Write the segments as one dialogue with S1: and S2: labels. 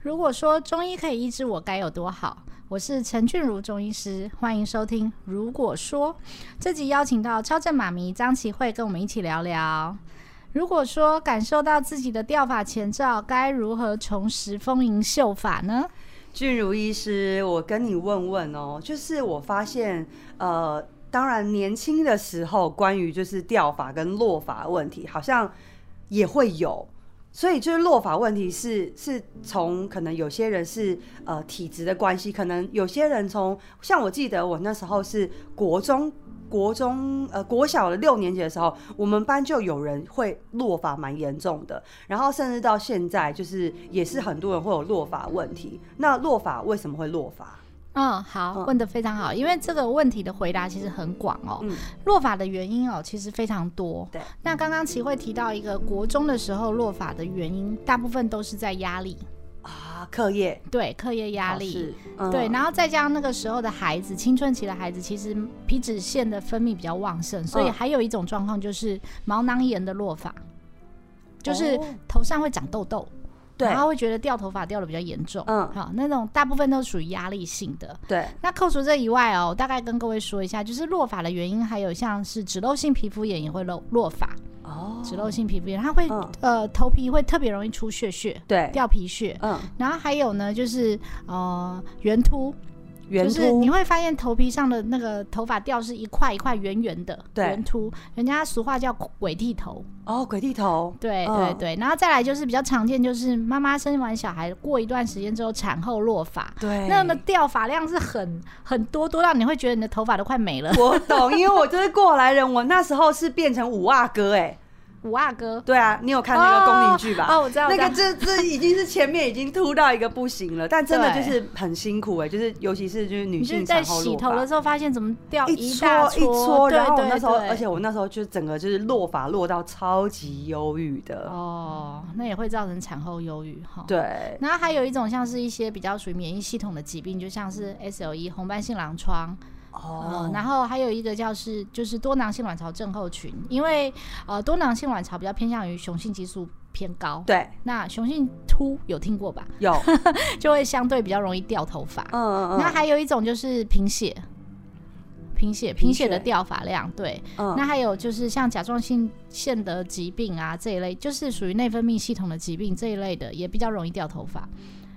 S1: 如果说中医可以医治我，该有多好！我是陈俊如中医师，欢迎收听。如果说这集邀请到超正妈咪张琪慧跟我们一起聊聊。如果说感受到自己的掉发前兆，该如何重拾丰盈秀发呢？
S2: 俊如医师，我跟你问问哦，就是我发现，呃，当然年轻的时候，关于就是掉发跟落发问题，好像也会有。所以就是落发问题是是从可能有些人是呃体质的关系，可能有些人从像我记得我那时候是国中国中呃国小的六年级的时候，我们班就有人会落发蛮严重的，然后甚至到现在就是也是很多人会有落发问题。那落发为什么会落发？
S1: 嗯，好，
S2: 嗯
S1: 问的非常好，因为这个问题的回答其实很广哦。
S2: 嗯
S1: 落发的原因哦，其实非常多。
S2: 对，
S1: 那刚刚齐慧提到一个国中的时候落发的原因，大部分都是在压力，
S2: 啊，课业
S1: 对，课业压
S2: 考
S1: 力
S2: 试，嗯
S1: 对，然后再加上那个时候的孩子，青春期的孩子其实皮脂腺的分泌比较旺盛，所
S2: 嗯
S1: 以还有一种状况就是毛囊炎的落发，就是
S2: 哦
S1: 头上会长痘痘，
S2: 对
S1: 然后会觉得掉头发掉的比较严重，
S2: 嗯
S1: 好，那种大部分都属于压力性的。
S2: 对
S1: 那扣除这以外哦，我大概跟各位说一下，就是落发的原因，还有像是脂漏性皮肤炎也会落落发，
S2: 哦
S1: 脂漏性皮肤炎它会、
S2: 嗯
S1: 呃头皮会特别容易出血血，
S2: 对
S1: 掉皮屑。
S2: 嗯
S1: 然后还有呢，就是呃圆秃，
S2: 圆
S1: 就是你
S2: 秃
S1: 会发现头皮上的那个头发掉是一块一块圆圆的，
S2: 对
S1: 圆秃，人家俗话叫鬼剃头，
S2: 哦鬼剃头
S1: 对
S2: 嗯
S1: 对对。然后再来就是比较常见，就是妈妈生完小孩过一段时间之后产后落发，
S2: 对
S1: 那么掉发量是很很多，多到你会觉得你的头发都快没了。
S2: 我懂，因为我就是过来人，我那时候是变成五阿哥哎、
S1: 五阿哥，
S2: 对啊，你有看那个宫廷剧吧？
S1: 哦，我知道，
S2: 那
S1: 我
S2: 个
S1: 知道
S2: 这这已经是前面已经秃到一个不行了，但真的
S1: 对
S2: 就是很辛苦哎、就是尤其是就是女
S1: 你就是
S2: 性
S1: 在
S2: 产后
S1: 洗
S2: 落
S1: 头的
S2: 发。
S1: 时候发现怎么掉
S2: 一
S1: 大
S2: 一搓，
S1: 对
S2: 然后我
S1: 对
S2: 那时候，
S1: 对
S2: 而且我那时候就整个就是落发落到超级忧郁的，
S1: 哦，那也会造成产后忧郁哈。。
S2: 对，
S1: 然后还有一种像是一些比较属于免疫系统的疾病，就像是 SLE 红斑性狼疮，
S2: 嗯哦
S1: 嗯，，然后还有一个叫是就是多囊性卵巢症候群，因为呃多囊性卵巢比较偏向于雄性激素偏高，
S2: 嗯对，
S1: 那雄性秃有听过吧？
S2: 有，嗯
S1: 就会相对比较容易掉头发。
S2: 嗯
S1: 那还有一种就是贫血，贫血贫
S2: 贫
S1: 血的
S2: 血
S1: 掉发量，对。
S2: 嗯
S1: 那还有就是像甲状腺腺的疾病啊这一类，就是属于内分泌系统的疾病这一类的，也比较容易掉头发。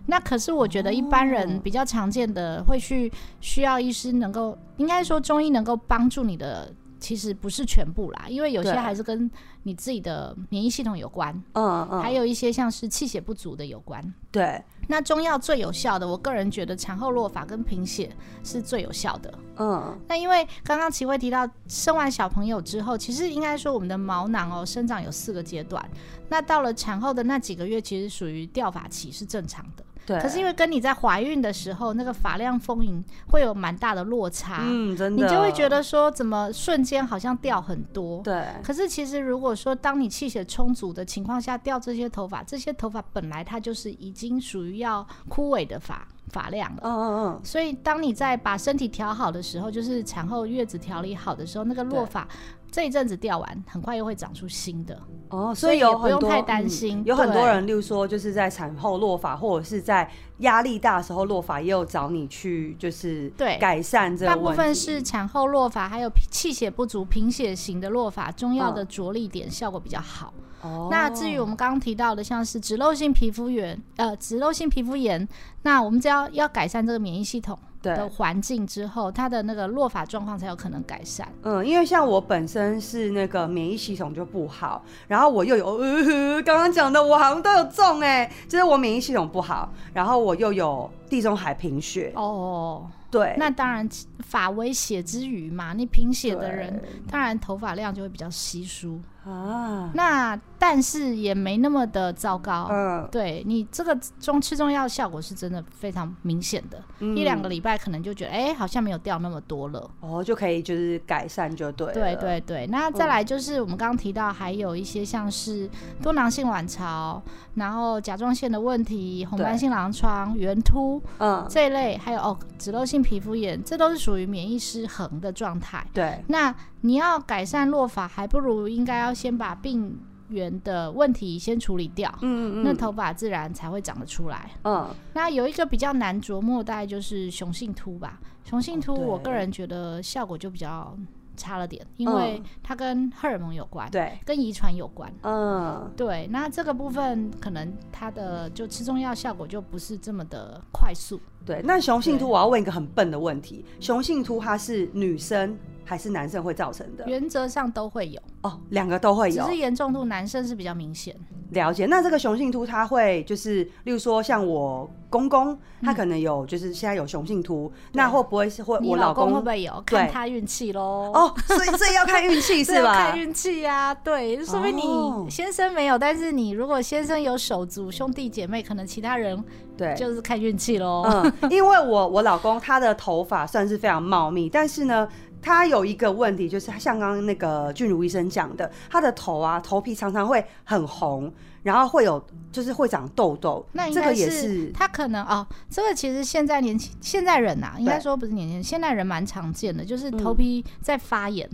S1: 那可是我觉得一般人
S2: 哦
S1: 比较常见的会去需要医师能够，应该说中医能够帮助你的，其实不是全部啦，因为有些
S2: 对
S1: 还是跟你自己的免疫系统有关，
S2: 嗯嗯，
S1: 还有一些像是气血不足的有关。
S2: 对，
S1: 那中药最有效的，我个人觉得产后落发跟贫血是最有效的。
S2: 嗯
S1: 那因为刚刚齐慧提到，生完小朋友之后，其实应该说我们的毛囊哦生长有四个阶段，那到了产后的那几个月，其实属于掉发期是正常的。
S2: 对。
S1: 可是因
S2: 为
S1: 为跟你在怀孕的时候那个发量丰盈会有蛮大的落差，
S2: 嗯，真
S1: 你
S2: 的，
S1: 就会觉得说怎么瞬间好像掉很多。
S2: 对，
S1: 可是其实如果说当你气血充足的情况下掉这些头发，这些头发本来它就是已经属于要枯萎的发发量了。
S2: 嗯嗯嗯，
S1: 所以，当你在把身体调好的时候，就是产后月子调理好的时候，那个落发这一阵子掉完，很快又会长出新的。
S2: 哦，
S1: 所
S2: 所
S1: 以
S2: 以
S1: 也
S2: 有
S1: 不
S2: 很
S1: 用
S2: 多
S1: 太担
S2: 嗯
S1: 心
S2: 有很多
S1: 对
S2: 人，例如说就是在产后落发，或者是在压力大的时候落发，也有找你去就是
S1: 对
S2: 改善这个
S1: 大部
S2: 问题。
S1: 分是产后落发，还有气血不足、贫血型的落发，中药的着力点效果比较好。
S2: 嗯哦
S1: 那至于我们刚刚提到的，像是脂漏性皮肤炎，呃，脂漏性皮肤炎，那我们只要要改善这个免疫系统
S2: 对
S1: 的环境之后，它的那个落发状况才有可能改善。
S2: 嗯，因为像我本身是那个免疫系统就不好，然后我又有呃，刚刚讲的我好像都有中哎、就是我免疫系统不好，然后我又有地中海贫血，
S1: 哦，
S2: 对，
S1: 那当然，发为血之余嘛，你贫血的人
S2: 对
S1: 当然头发量就会比较稀疏。
S2: 啊，
S1: 那但是也没那么的糟糕。
S2: 嗯，
S1: 对你这个中吃中药效果是真的非常明显的，
S2: 嗯
S1: 一两个礼拜可能就觉得哎、好像没有掉那么多了。
S2: 哦就可以就是改善就对了，
S1: 对对对，那再来就是我们刚刚提到，还有一些像是多囊性卵巢，然后甲状腺的问题、红斑
S2: 对
S1: 性狼疮、圆秃
S2: 嗯，
S1: 这一类，还有哦脂漏性皮肤炎，这都是属于免疫失衡的状态。
S2: 对，
S1: 那你要改善落法，还不如应该要先把病源的问题先处理掉，
S2: 嗯嗯
S1: 那头发自然才会长得出来。
S2: 嗯
S1: 那有一个比较难琢磨，大概就是雄性秃吧。雄性秃，
S2: 哦对
S1: 我个人觉得效果就比较差了点，因为它跟荷尔蒙有关，
S2: 嗯对，
S1: 跟遗传有关。
S2: 嗯
S1: 对，那这个部分可能它的就吃中药效果就不是这么的快速。
S2: 对。那雄性秃，
S1: 对
S2: 我要问一个很笨的问题：雄性秃它是女生还是男生会造成的？
S1: 原则上都会有，
S2: 哦，两个都会
S1: 只
S2: 有
S1: 是严重度男生是比较明显。
S2: 了解。那这个雄性秃，它会就是，例如说像我公公，他可能有就是现在有雄性秃，那会不会是会
S1: 嗯你
S2: 我
S1: 老
S2: 老
S1: 公会
S2: 公
S1: 不会有？
S2: 对
S1: 看他运气喽。
S2: 哦，所以所以要看运气
S1: 对
S2: 是吧
S1: 看？运气啊，对，说明
S2: 哦
S1: 你先生没有，但是你如果先生有手足兄弟姐妹，可能其他人
S2: 对，
S1: 就是看运气喽。
S2: 嗯，因为我我老公他的头发算是非常茂密，但是呢，他有一个问题，就是像刚刚那个俊如医生讲的，他的头啊头皮常常会很红，然后会有就是会长痘痘，
S1: 那应
S2: 这个
S1: 该
S2: 也
S1: 是
S2: 是
S1: 他可能哦，这个其实现在年轻现在人啊呐、应该
S2: 对
S1: 说不是年轻人，现在人蛮常见的，就是头
S2: 嗯
S1: 皮在发炎。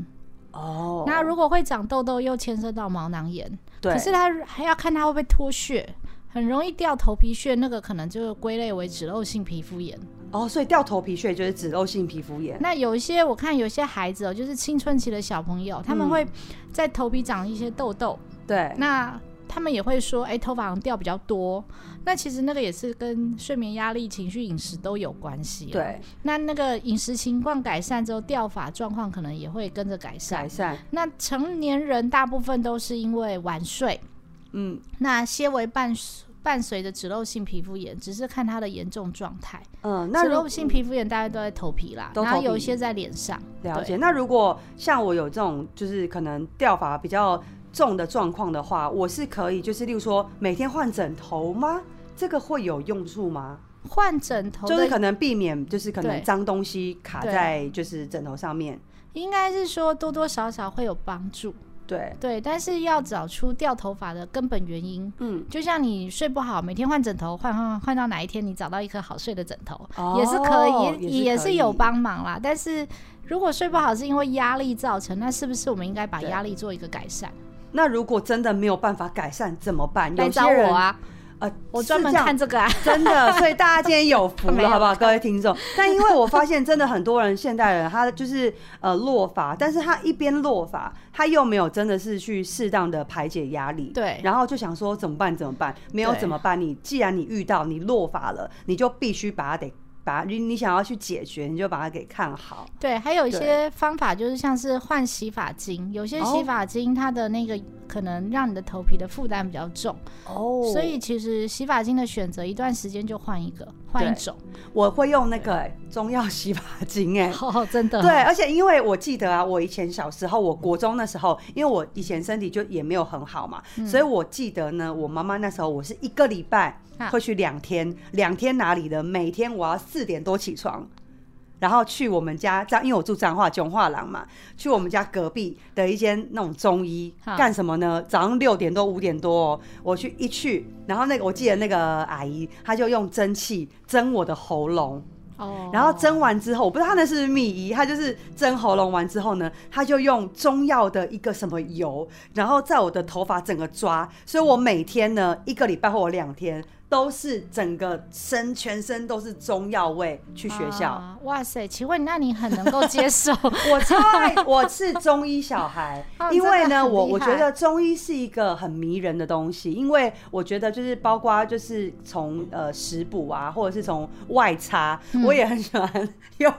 S2: 哦
S1: 那如果会长痘痘，又牵涉到毛囊炎，
S2: 对
S1: 可是他还要看他会不会脱屑，很容易掉头皮屑，那个可能就归类为脂漏性皮肤炎。
S2: 哦，所以掉头皮屑就是脂漏性皮肤炎，
S1: 那有一些我看有一些孩子哦，就是青春期的小朋友，他们
S2: 嗯
S1: 会在头皮长一些痘痘，
S2: 对，
S1: 那他们也会说，哎、头发好像掉比较多。那其实那个也是跟睡眠压力、情绪、饮食都有关系、，
S2: 对
S1: 那那个饮食情况改善之后，掉发状况可能也会跟着改善。
S2: 改善，
S1: 那成年人大部分都是因为晚睡，
S2: 嗯
S1: 那些为伴随伴随着脂漏性皮肤炎，只是看它的严重状态。
S2: 嗯，那
S1: 脂
S2: 如
S1: 漏性皮肤炎大概都在头皮啦，
S2: 都
S1: 然后
S2: 头皮
S1: 有一些在脸上。
S2: 了解。那如果像我有这种就是可能掉发比较重的状况的话，我是可以就是例如说每天换枕头吗？这个会有用处吗？
S1: 换枕头
S2: 就是
S1: 的
S2: 可能避免就是可能
S1: 对
S2: 脏东西卡在就是枕头上面。
S1: 应该是说多多少少会有帮助，
S2: 对，
S1: 对，但是要找出掉头发的根本原因。
S2: 嗯，
S1: 就像你睡不好，每天换枕头，换换换换到哪一天你找到一颗好睡的枕头，
S2: 哦
S1: 也是可以，也
S2: 也是
S1: 也
S2: 可
S1: 是
S2: 以
S1: 有帮忙啦。但是如果睡不好是因为压力造成，那是不是我们应该把
S2: 对
S1: 压力做一个改善？
S2: 那如果真的没有办法改善怎么办？
S1: 来
S2: 有
S1: 找
S2: 些人
S1: 我啊，
S2: 呃，
S1: 我
S2: 是
S1: 专门
S2: 这样
S1: 看这个 啊。
S2: 真的，所以大家今天有 福
S1: 没
S2: 了，
S1: 有
S2: 好不好，各位听众？但因为我发现，真的很多人，现代人他就是呃落发，但是他一边落发，他又没有真的是去适当的排解压力，
S1: 对
S2: 然后就想说怎么办？怎么办？没有
S1: 对
S2: 怎么办？你既然你遇到你落发了，你就必须把它得把它你你想要去解决，你就把它给看好。
S1: 对，还有一
S2: 对
S1: 些方法就是像是换洗发精，有些
S2: 哦
S1: 洗发精它的那个可能让你的头皮的负担比较重。
S2: 哦
S1: 所以其实洗发精的选择，一段时间就换一个，换一种。
S2: 我会用那个、欸中药洗发精、哎，
S1: 哦，真的。
S2: 对，，而且因为我记得啊，我以前小时候，我国中那时候，因为我以前身体就也没有很好嘛，
S1: 嗯
S2: 所以我记得呢，我妈妈那时候我是一个礼拜
S1: 啊
S2: 会去两天，两、天哪里的？每天我要四点多起床。然后去我们家，这样因为我住彰化囧化廊嘛，去我们家隔壁的一间那种中医
S1: 好
S2: 干什么呢？早上六点多五点多、哦，我去一去，然后那个我记得那个阿姨，她就用蒸汽蒸我的喉咙，
S1: 哦，
S2: 然后蒸完之后，我不知道他那是不是秘医，他就是蒸喉咙完之后呢，他就用中药的一个什么油，然后在我的头发整个抓，所以我每天呢一个礼拜或我两天都是整个身全身都是中药味去学校。
S1: 啊哇塞，请问那你很能够接受？
S2: 我超爱，我是中医小孩
S1: 哦，
S2: 因为
S1: 真的
S2: 呢，
S1: 很
S2: 我
S1: 厉
S2: 我觉
S1: 害
S2: 得中医是一个很迷人的东西，因为我觉得就是包括就是从呃食补啊，或者是从外擦，
S1: 嗯
S2: 我也很喜欢 用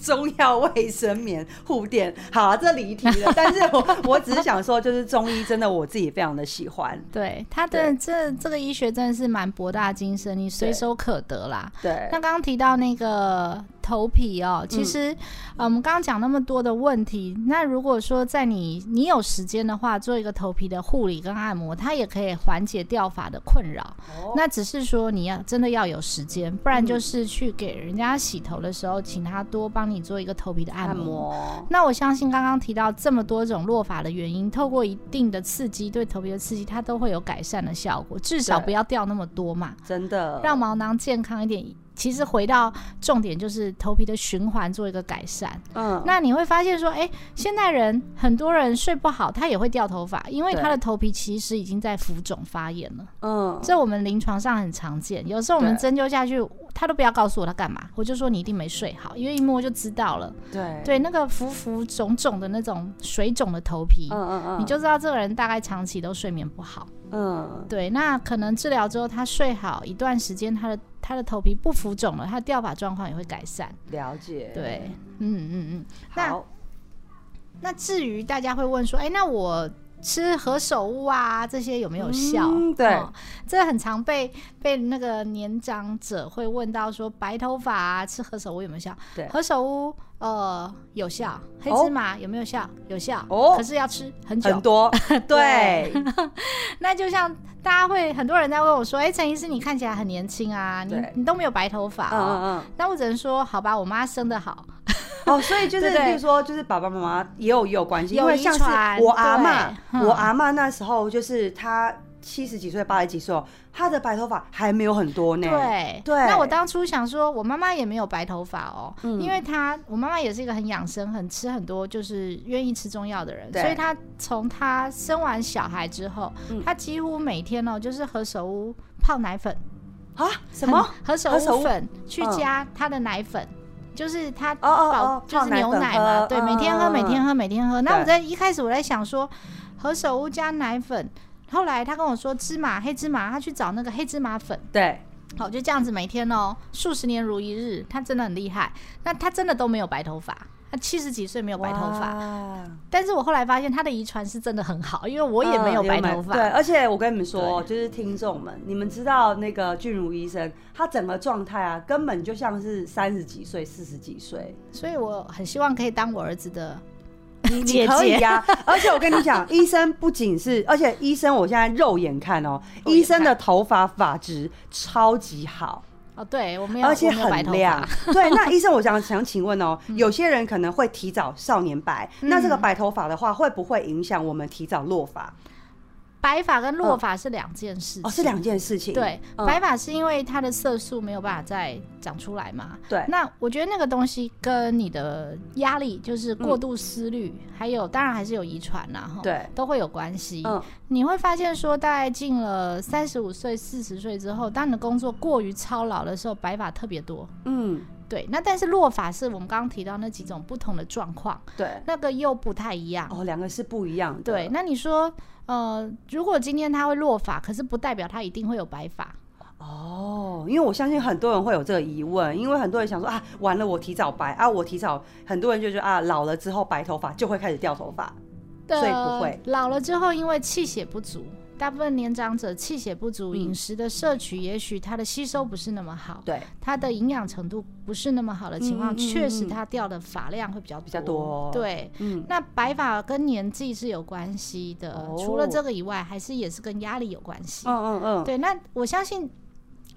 S2: 中药卫生棉护垫。好、啊，这离题了，但是我我只是想说，就是中医真的我自己非常的喜欢，
S1: 对，他的
S2: 对
S1: 这这个医学真的是蛮博大精深，你随手可得啦。
S2: 对嗯
S1: 那，刚刚提到那个头皮哦，其实、呃我们刚刚讲那么多的问题，那如果说在你你有时间的话，做一个头皮的护理跟按摩，它也可以缓解掉发的困扰。
S2: 哦
S1: 那只是说你要真的要有时间，不然
S2: 嗯
S1: 就是去给人家洗头的时候，请他多帮你做一个头皮的
S2: 按
S1: 按摩。
S2: 摩，
S1: 那我相信刚刚提到这么多种落发的原因，透过一定的刺激，对头皮的刺激，它都会有改善的效果，至少
S2: 对嗯
S1: 不要掉那么多嘛，
S2: 真的
S1: 让毛囊健康一点其实回到重点，就是头皮的循环做一个改善。
S2: 嗯，
S1: 那你会发现说，哎、现代人很多人睡不好，他也会掉头发，因为
S2: 对
S1: 他的头皮其实已经在浮肿发炎了。
S2: 嗯，
S1: 这我们临床上很常见，有时候我们
S2: 对
S1: 针灸下去，他都不要告诉我他干嘛，我就说你一定没睡好，因为一摸就知道了。
S2: 对
S1: 对，那个浮浮肿肿的那种水肿的头皮，
S2: 嗯嗯嗯，
S1: 你就知道这个人大概长期都睡眠不好。
S2: 嗯
S1: 对，那可能治疗之后，他睡好一段时间，他的他的头皮不浮肿了，他的掉发状况也会改善。
S2: 了解，
S1: 对，嗯嗯嗯。那
S2: 好，
S1: 那至于大家会问说，哎、那我吃何首乌啊这些有没有效？
S2: 嗯对
S1: 哦这很常被被那个年长者会问到说，白头发、啊、吃何首乌有没有效？
S2: 对
S1: 何首乌呃有效，黑
S2: 哦
S1: 芝麻有没有效？有效，
S2: 哦
S1: 可是要吃很久。
S2: 很多对
S1: 对， 那就像大家会很多人在问我说，哎、陈医师你看起来很年轻啊，你
S2: 对
S1: 你都没有白头
S2: 嗯
S1: 发、哦。
S2: 嗯嗯，
S1: 那我只能说，好吧，我妈生的好，
S2: 哦，所以就是，
S1: 对对
S2: 例如说，就是爸爸妈妈也有也有关系，因
S1: 有
S2: 为
S1: 遗
S2: 像是
S1: 传
S2: 我阿嬷
S1: 对，嗯
S2: 我阿嬷那时候就是她七十几岁、八十几岁哦，她的白头发还没有很多呢。
S1: 对
S2: 对
S1: 那我当初想说，我妈妈也没有白头发哦，
S2: 嗯
S1: 因为她我妈妈也是一个很养生、很吃很多就是愿意吃中药的人，
S2: 对
S1: 所以她从她生完小孩之后，
S2: 嗯
S1: 她几乎每天哦就是何首乌泡奶粉，
S2: 啊，什么？
S1: 何首
S2: 何首
S1: 乌
S2: 乌
S1: 粉去加她的奶粉，就是她
S2: 哦哦
S1: 保
S2: 哦，
S1: 就是牛奶
S2: 泡
S1: 嘛，
S2: 粉
S1: 对，每天喝，每天。
S2: 嗯
S1: 喝，每天喝。那
S2: 对
S1: 我在一开始我在想说，何首乌加奶粉，后来他跟我说芝麻黑芝麻，他去找那个黑芝麻粉，
S2: 对，
S1: 好就这样子每天哦，数十年如一日，他真的很厉害。那他真的都没有白头发，他七十几岁没有白头发，
S2: 发，
S1: 但是我后来发现他的遗传是真的很好，因为我也没有
S2: 嗯
S1: 白头发，
S2: 对，而且我跟你们说，就是听众们，你们知道那个俊如医生，他整个状态啊，根本就像是三十几岁、四十几岁。
S1: 所以我很希望可以当我儿子的
S2: 你
S1: 姐
S2: 你可以
S1: 姐。
S2: 呀、而且我跟你 讲，医生不仅是，而且医生我现在肉眼看哦、
S1: 肉眼看
S2: 医生的头发发质超级好，
S1: 哦，对，我没有，
S2: 而且
S1: 我没有白
S2: 很
S1: 头
S2: 亮
S1: 发。。嗯
S2: 对，那医生我想想请 问哦、有些人可能会提早少年白，那这个白头发的话，会不会影响我们提早落发？
S1: 白发跟落发是两件事情，
S2: 嗯哦，是两件事情。
S1: 对，
S2: 嗯
S1: 白发是因为它的色素没有办法再长出来嘛。
S2: 对，
S1: 那我觉得那个东西跟你的压力，就是过度思虑，还有当然还是有遗传啦，哈，
S2: 嗯对，
S1: 都会有关系。
S2: 嗯
S1: 你会发现说，大概进了三十五岁、四十岁之后，当你的工作过于操劳的时候，白发特别多。
S2: 嗯，
S1: 对，那但是落发是我们刚刚提到那几种不同的状况，
S2: 对。
S1: 那个又不太一样。
S2: 哦，两个是不一样的。
S1: 嗯对，，那你说，呃，如果今天他会落发，可是不代表他一定会有白发。
S2: 哦，因为我相信很多人会有这个疑问，因为很多人想说啊，完了我提早白啊，我提早，很多人就觉得啊，老了之后白头发就会开始掉头发。
S1: 的
S2: 所以不会
S1: 呃老了之后，因为气血不足，大部分年长者气血不足，
S2: 嗯
S1: 饮食的摄取也许它的吸收不是那么好，
S2: 对，
S1: 它的营养程度不是那么好的情
S2: 嗯嗯
S1: 况，
S2: 嗯
S1: 确实
S2: 嗯
S1: 它掉的发量会比较
S2: 比较多
S1: 对，
S2: 嗯，
S1: 那白发跟年纪是有关系的，
S2: 哦
S1: 除了这个以外，还是也是跟压力有关系。
S2: 嗯嗯嗯，
S1: 对，那我相信。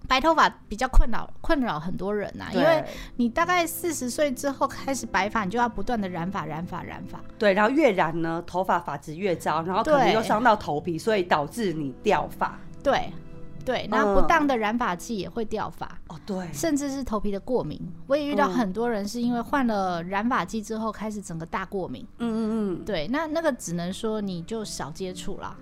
S1: 白头发比较困扰困扰很多人呐、啊因为你大概四十岁之后开始白发，你就要不断的染发、染发、染发。
S2: 对，然后越染呢，头发发质越糟，然后可能
S1: 对
S2: 又伤到头皮，所以导致你掉发。
S1: 对，对，那
S2: 嗯
S1: 不当的染发剂也会掉发，
S2: 哦，对，
S1: 甚至是头皮的过敏。我也遇到
S2: 嗯
S1: 很多人是因为换了染发剂之后开始整个大过敏。
S2: 嗯嗯嗯，
S1: 对，那那个只能说你就少接触啦，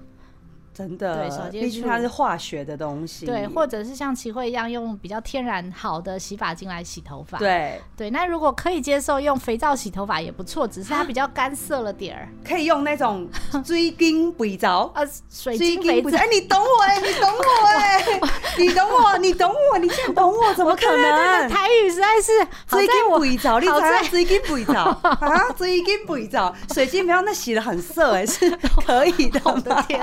S2: 真
S1: 对
S2: 的
S1: 少，接
S2: 毕竟
S1: 触
S2: 它是化学的东西。
S1: 对，或者是像齐慧一样用比较天然好的洗发精来洗头发。
S2: 对，
S1: 对，那如果可以接受用肥皂洗头发也不错，只是它比较干涩了点儿。
S2: 可以用那种追根 不着。
S1: 呃，水
S2: 最
S1: 晶肥
S2: 近不是
S1: 皂
S2: 哎，你懂我哎，你懂我哎，你懂我，你懂我，你竟然懂我，怎么可能？
S1: 台语实在是好
S2: 水
S1: 在
S2: 晶
S1: 我
S2: 肥皂，你知
S1: 好在
S2: 影水晶肥皂啊？水晶肥皂，水晶肥皂那洗的很涩哎，是可以 的
S1: 我的
S2: 吗？
S1: 天，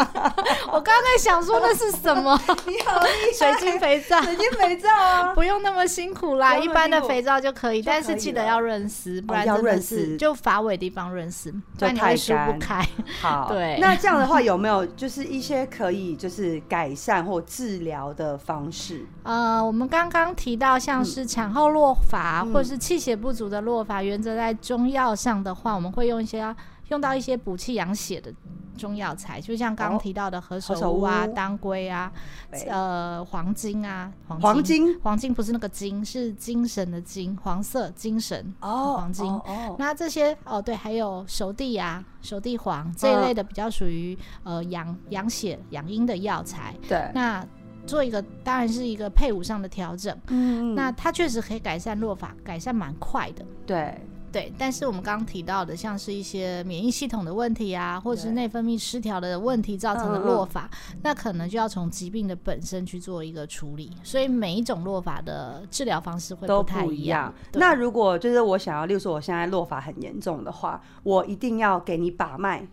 S1: 我刚刚在想说那是什 么
S2: 你好厉害，
S1: 水晶肥皂。
S2: 水晶肥皂啊！
S1: 不用那么辛苦啦，一
S2: 不用那么辛苦
S1: 般的肥皂就可以，
S2: 就可以
S1: 但
S2: 了哦
S1: 是记得要润丝，不然
S2: 要
S1: 真的
S2: 润
S1: 是
S2: 丝
S1: 就发尾地方润丝，不然你
S2: 太
S1: 会梳不
S2: 干
S1: 开。
S2: 好，
S1: 对
S2: 那这样的话有没有就是一些可以就是改善或治疗的方式？
S1: 呃，我们刚刚提到像是产后落发、
S2: 嗯
S1: 或是气血不足的落发，原则在中药上的话，我们会用一些用到一些补气养血的中药材，就像刚
S2: 哦
S1: 刚提到的何
S2: 何首
S1: 首乌啊、
S2: 乌
S1: 当归啊、
S2: 对
S1: 呃黄精啊、黄金
S2: 黄金
S1: 黄金不是那个金，是精神的金，黄色精神。
S2: 哦，
S1: 黄金
S2: 哦哦
S1: 那这些哦，对，还有熟地啊、熟地
S2: 嗯
S1: 黄这一类的，比较属于呃养养血、养阴的药材。
S2: 对，
S1: 那做一个当然是一个配伍上的调整，
S2: 嗯
S1: 那它确实可以改善落法，改善蛮快的。
S2: 对
S1: 对，但是我们刚刚提到的，像是一些免疫系统的问题啊，或者是
S2: 对
S1: 内分泌失调的问题造成的
S2: 嗯嗯
S1: 落法，那可能就要从疾病的本身去做一个处理。所以每一种落法的治疗方式会
S2: 都
S1: 太
S2: 不一样。
S1: 对
S2: 那如果就是我想要，例如说我现在落法很严重的话，我一定要给你把脉，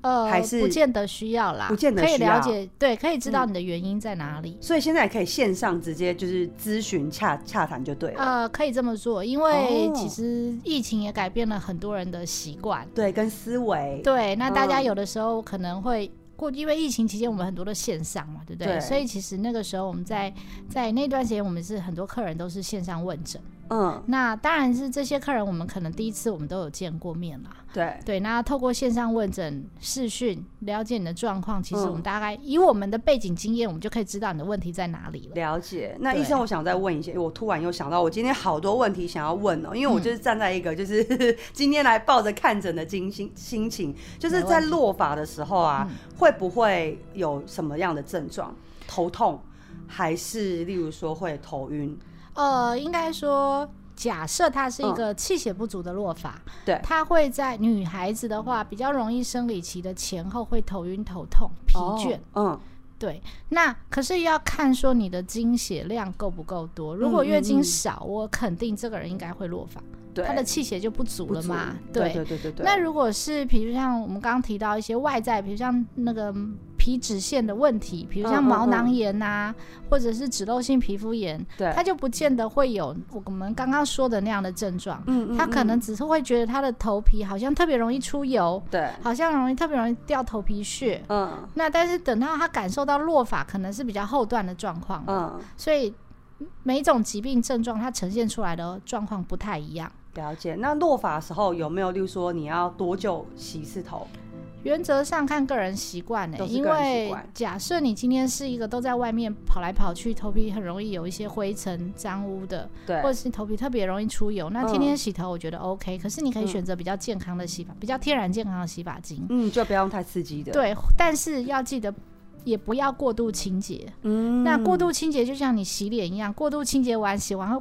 S1: 呃，
S2: 还是
S1: 不见得需要啦，
S2: 不见得
S1: 可以
S2: 需要
S1: 了解，对，可以知道你的原因在哪里。
S2: 所以现在也可以线上直接就是咨询洽洽谈就对了。
S1: 呃，可以这么做，因为
S2: 哦
S1: 其实疫情也改变了很多人的习惯。
S2: 对，跟思维，
S1: 对，那大家
S2: 嗯
S1: 有的时候可能会过，因为疫情期间我们很多的线上嘛，对不对？
S2: 对
S1: 所以其实那个时候我们在在那段时间，我们是很多客人都是线上问诊。
S2: 嗯，
S1: 那当然是这些客人，我们可能第一次我们都有见过面啦。
S2: 对，
S1: 对，那透过线上问诊、视讯了解你的状况，其实
S2: 嗯
S1: 我们大概、以我们的背景经验，我们就可以知道你的问题在哪里了。
S2: 了解。那
S1: 对
S2: 医生，我想再问一下，我突然又想到，我今天好多问题想要问哦、因为我
S1: 嗯
S2: 就是站在一个就是、 今天来抱着看诊的心心心情，就是在落法的时候啊，
S1: 嗯
S2: 会不会有什么样的症状？头痛，还是例如说会头晕？
S1: 呃，应该说，假设它是一个气血不足的落法，
S2: 嗯对
S1: 它会在女孩子的话比较容易生理期的前后会头晕、头痛、疲倦。
S2: 哦，
S1: 对，那可是要看说你的经血量够不够多。如果月
S2: 嗯嗯
S1: 经
S2: 嗯
S1: 少，我肯定这个人应该会落法，
S2: 嗯，对，
S1: 他的气血就不足
S2: 不
S1: 了
S2: 足
S1: 嘛。
S2: 对对对对对。
S1: 那如果是比如像我们刚刚提到一些外在，比如像那个皮脂腺的问题，比如像
S2: 嗯嗯
S1: 毛
S2: 嗯
S1: 囊炎啊，或者是脂漏性皮肤炎，
S2: 对
S1: 它就不见得会有我们刚刚说的那样的症状。
S2: 嗯嗯
S1: 它可
S2: 嗯
S1: 能只是会觉得它的头皮好像特别容易出油，
S2: 对，
S1: 好像容易特别容易掉头皮屑。
S2: 嗯
S1: 那但是等到他感受到落法，可能是比较后段的状况了。
S2: 嗯，
S1: 所以每一种疾病症状，它呈现出来的状况不太一样。
S2: 了解。那落法的时候有没有，例如说你要多久洗一次头？
S1: 原则上看个人习惯呢，
S2: 都是
S1: 因
S2: 个人习
S1: 为
S2: 惯
S1: 假设你今天是一个都在外面跑来跑去，头皮很容易有一些灰尘、脏污的，
S2: 对
S1: 或，者是头皮特别容易出油，那
S2: 嗯
S1: 天天洗头我觉得 OK，、可是你可以
S2: 嗯
S1: 选择比较健康的洗发，比较天然健康的洗发精。
S2: 嗯，就不要用太刺激的。，
S1: 对，但是要记得。也不要过度清洁。
S2: 嗯
S1: 那过度清洁就像你洗脸一样，过度清洁完洗完后，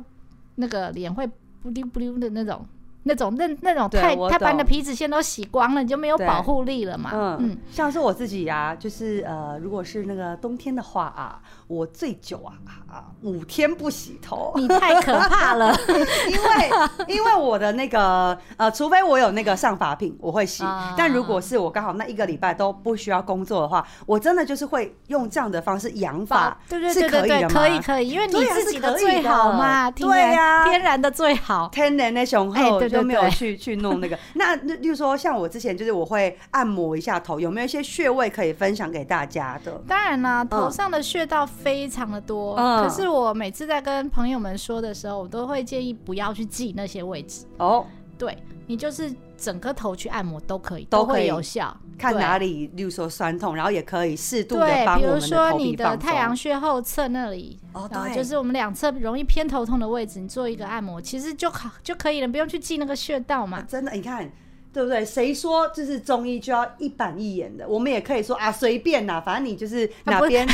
S1: 那个脸会不溜不溜的那种，那种那那种
S2: 对
S1: 太
S2: 我
S1: 太把你的
S2: 懂
S1: 皮脂腺都洗光了，你就没有
S2: 对
S1: 保护力了嘛。
S2: 嗯，像是我自己啊，就是呃，如果是那个冬天的话啊，我最久啊啊五天不洗头，
S1: 你太可怕了。
S2: 因为因为我的那个呃，除非我有那个上法品，我会洗。
S1: 啊
S2: 但如果是我刚好那一个礼拜都不需要工作的话，我真的就是会用这样的方式养法，
S1: 对对
S2: 是
S1: 对
S2: 可
S1: 对
S2: 以
S1: 对，
S2: 的吗？
S1: 可以可以，因为你
S2: 对啊
S1: 自己的
S2: 是可以
S1: 最好嘛，
S2: 的
S1: 天然
S2: 对啊
S1: 天然的最好。
S2: 天然的雄
S1: 哎
S2: 厚
S1: 对对
S2: 就没有
S1: 对
S2: 去去弄那个。那那例如说，像我之前就是我会按摩一下头，有没有一些穴位可以分享给大家的？
S1: 当然啦，头上的穴道非常的多，
S2: 嗯
S1: 可是我每次在跟朋友们说的时候，我都会建议不要去记那些位置，
S2: 哦，
S1: 对你就是整个头去按摩都可以，
S2: 都
S1: 会
S2: 可以
S1: 有效。
S2: 看
S1: 对
S2: 哪里，例如说酸痛，然后也可以适度的
S1: 对，
S2: 帮
S1: 比
S2: 我
S1: 如
S2: 们的
S1: 说
S2: 头
S1: 你
S2: 皮放
S1: 的
S2: 松。
S1: 太阳穴后侧那里，
S2: 哦，
S1: 然后
S2: 对，
S1: 就是我们两侧容易偏头痛的位置，你做一个按摩，其实就好就可以了，不用去记那个穴道嘛
S2: 啊。真的，你看。对不对？谁说就是中医就要一板一眼的？我们也可以说啊，随便啦，反正你就是哪
S1: 不
S2: 边啊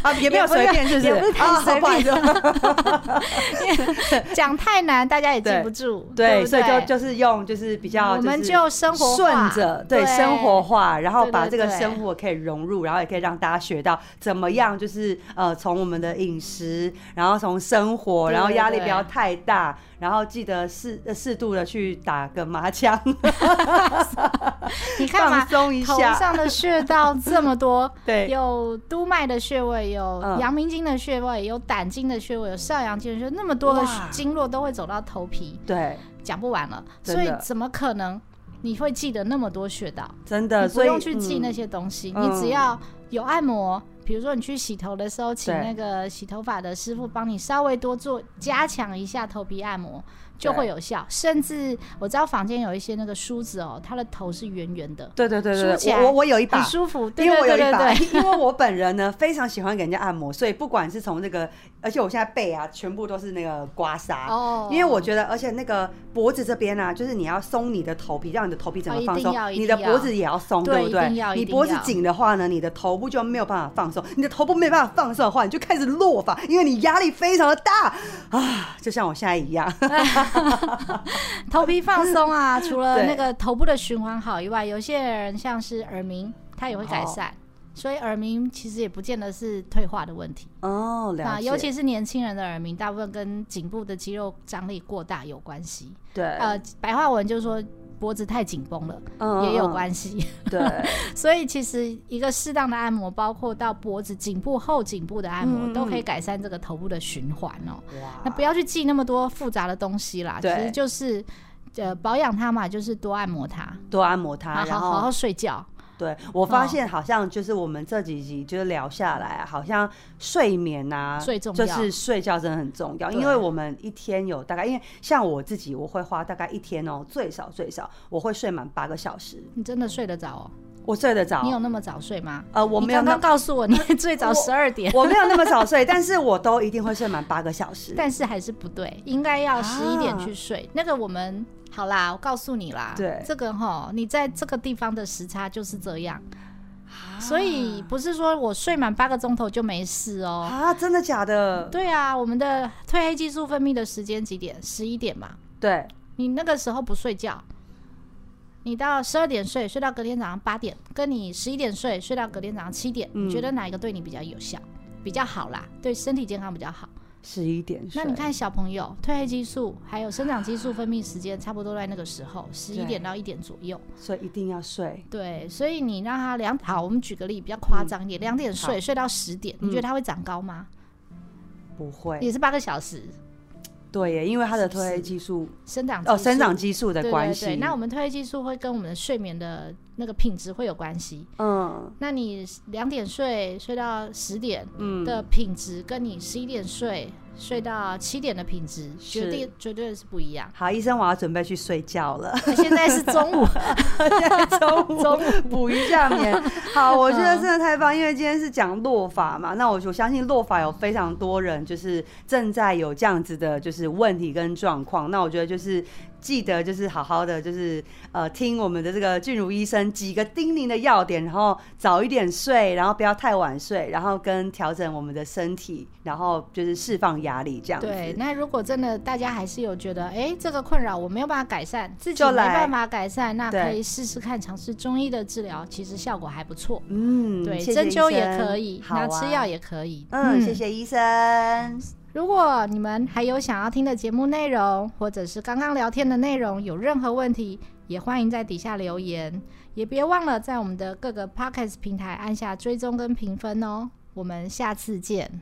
S2: 啊也没有
S1: 也不是
S2: 随便，是不是？
S1: 也不是太
S2: 啊
S1: 随
S2: 不好意思
S1: 讲太难，大家也记
S2: 对
S1: 不住，
S2: 对，
S1: 不
S2: 所以
S1: 对
S2: 就就是用就是比较，
S1: 我们就生活化
S2: 顺着对生活化，然后
S1: 对
S2: 把
S1: 对
S2: 这个
S1: 对
S2: 生活可以融入，然后也可以让大家学到怎么样，就是呃从我们的饮食，然后从生活，
S1: 对
S2: 然后压
S1: 对
S2: 力不要太大，然后记得适呃适度的去打个麻将，
S1: 你看
S2: 放
S1: 嘛，
S2: 松一
S1: 头
S2: 下。
S1: 上的穴道这么多，
S2: 对，
S1: 有督脉的穴位，有
S2: 嗯
S1: 阳明经的穴位，有胆经的穴位，有少阳经的穴位，那么多的
S2: 哇
S1: 经络都会走到头皮，
S2: 对，
S1: 讲不完了，
S2: 真
S1: 所
S2: 的
S1: 以怎么可能你会记得那么多穴道？
S2: 真
S1: 你不
S2: 的，所以
S1: 用去记那
S2: 嗯
S1: 些东西，
S2: 嗯
S1: 你只要有按摩。比如说，你去洗头的时候，请
S2: 对
S1: 那个洗头发的师傅帮你稍微多做加强一下头皮按摩，就会有效。甚至我知道房间有一些那个梳子哦，它的头是圆圆的，
S2: 对对对
S1: 梳起
S2: 对，
S1: 来
S2: 我我我有一
S1: 很
S2: 把，
S1: 舒服。对
S2: 因为
S1: 对
S2: 我有
S1: 对
S2: 一
S1: 对
S2: 把，
S1: 对，
S2: 因为我本人呢非常喜欢给人家按摩，所以不管是从这个，而且我现在背啊全部都是那个刮痧，
S1: 哦
S2: 因为我觉得，而且那个脖子这边啊，就是你要松你的头皮，让你的头皮整个
S1: 哦
S2: 放
S1: 一
S2: 松
S1: 定要，一
S2: 你
S1: 定
S2: 的
S1: 要
S2: 脖子也要松，
S1: 对
S2: 不
S1: 一
S2: 对
S1: 定要？一
S2: 你
S1: 定
S2: 脖子
S1: 要
S2: 紧的话呢，你的头部就没有办法放松，你的头部没办法放松的话，你就开始落发，因为你压力非常的大啊，就像我现在一样。
S1: 头皮放松啊，除了
S2: 对
S1: 那个头部的循环好以外，有些人像是耳鸣，它也会改善。所以耳鸣其实也不见得是退化的问题，
S2: 哦，了
S1: 那
S2: 解，
S1: 尤其是年轻人的耳鸣，大部分跟颈部的肌肉张力过大有关系。
S2: 对，
S1: 呃，白话文就是说脖子太紧绷了，
S2: 嗯
S1: 也有，
S2: 嗯
S1: 关系。
S2: 嗯对，
S1: 所以其实一个适当的按摩，包括到脖子、颈部、后颈部的按摩，
S2: 嗯嗯
S1: 都可以改善这个头部的循环哦。
S2: 哇
S1: 那不要去记那么多复杂的东西啦，其
S2: 对
S1: 实就是呃保养它嘛，就是多按摩它，
S2: 多按摩它，
S1: 好
S2: 然
S1: 好
S2: 后
S1: 好好睡觉。
S2: 对我发
S1: 哦
S2: 现好像就是我们这几集就是聊下来啊，好像睡眠呐、
S1: 最重
S2: 就
S1: 要
S2: 是睡觉真的很重要，因
S1: 对
S2: 为我们一天有大概，因为像我自己，我会花大概一天哦、最少最少我会睡满八个小时，
S1: 你真的睡得着哦？
S2: 我睡得着
S1: 你。有那么早睡吗？
S2: 呃，我
S1: 你
S2: 没有
S1: 刚
S2: 那
S1: 刚告诉我你 最
S2: 我
S1: 早十二点，
S2: 我没有那么早 睡，但是我都一定会睡满八个小时。
S1: 但是还是不对，应该要十一点去睡。那个我们好啦，我告诉你啦，
S2: 啊对
S1: 这个哈，你在这个地方的时差就是这样，
S2: 啊
S1: 所以不是说我睡满八个钟头就没事哦。
S2: 啊，真的假的？
S1: 对啊，我们的褪黑激素分泌的时间几点？十一点嘛。
S2: 对，
S1: 你那个时候不睡觉，你到十二点睡，睡到隔天早上八点，跟你十一点睡，睡到隔天早上七点，
S2: 嗯
S1: 你觉得哪一个对你比较有效？比较好啦，对身体健康比较好。
S2: 十一点睡。
S1: 那你看小朋友，褪黑激素还有生长激素分泌时间差不多在那个时候，十一
S2: 对
S1: 点到一点左右。
S2: 所以一定要睡。
S1: 对，所以你让他两好，我们举个例比较夸张一
S2: 嗯
S1: 点，两点睡，睡到十点，你觉得他会长高吗？
S2: 不嗯会，
S1: 也是八个小时，
S2: 对耶，因为它的
S1: 是
S2: 褪
S1: 不是
S2: 黑激素
S1: 生长激
S2: 哦，
S1: 素
S2: 生长激素的关系。
S1: 对对对，那我们褪黑激素会跟我们的睡眠的那个品质会有关系。
S2: 嗯
S1: 那你两点睡睡到十点
S2: 嗯，
S1: 的品质，跟你十一点睡睡到七点的品质，
S2: 是。
S1: 绝对绝对是不一样
S2: 好，医生，我要准备去睡觉 了，
S1: 现在是中 午，
S2: 中午补一下眠。 好，我觉得
S1: 嗯
S2: 真的太棒，因为今天是讲落法嘛，那我我相信落法有非常多人就是正在有这样子的，就是问题跟状况。那我觉得就是。记得就是好好的，就是呃听我们的这个俊如医生几个叮咛的要点，然后早一点睡，然后不要太晚睡，然后跟调整我们的身体，然后就是释放压力这样子。
S1: 对，那如果真的大家还是有觉得，哎、这个困扰我没有办法改善，自己
S2: 就
S1: 没
S2: 来
S1: 办法改善，那
S2: 对
S1: 可以试试看尝试中医的治疗，其实效果还不错。
S2: 嗯，
S1: 对，
S2: 谢谢
S1: 针灸
S2: 医
S1: 也
S2: 生
S1: 可以，
S2: 好
S1: 那
S2: 啊、
S1: 吃药也可以。
S2: 嗯，谢。谢医生。
S1: 如果你们还有想要听的节目内容，或者是刚刚聊天的内容有任何问题，也欢迎在底下留言，也别忘了在我们的各个 podcast 平台按下追踪跟评分哦。我们下次见。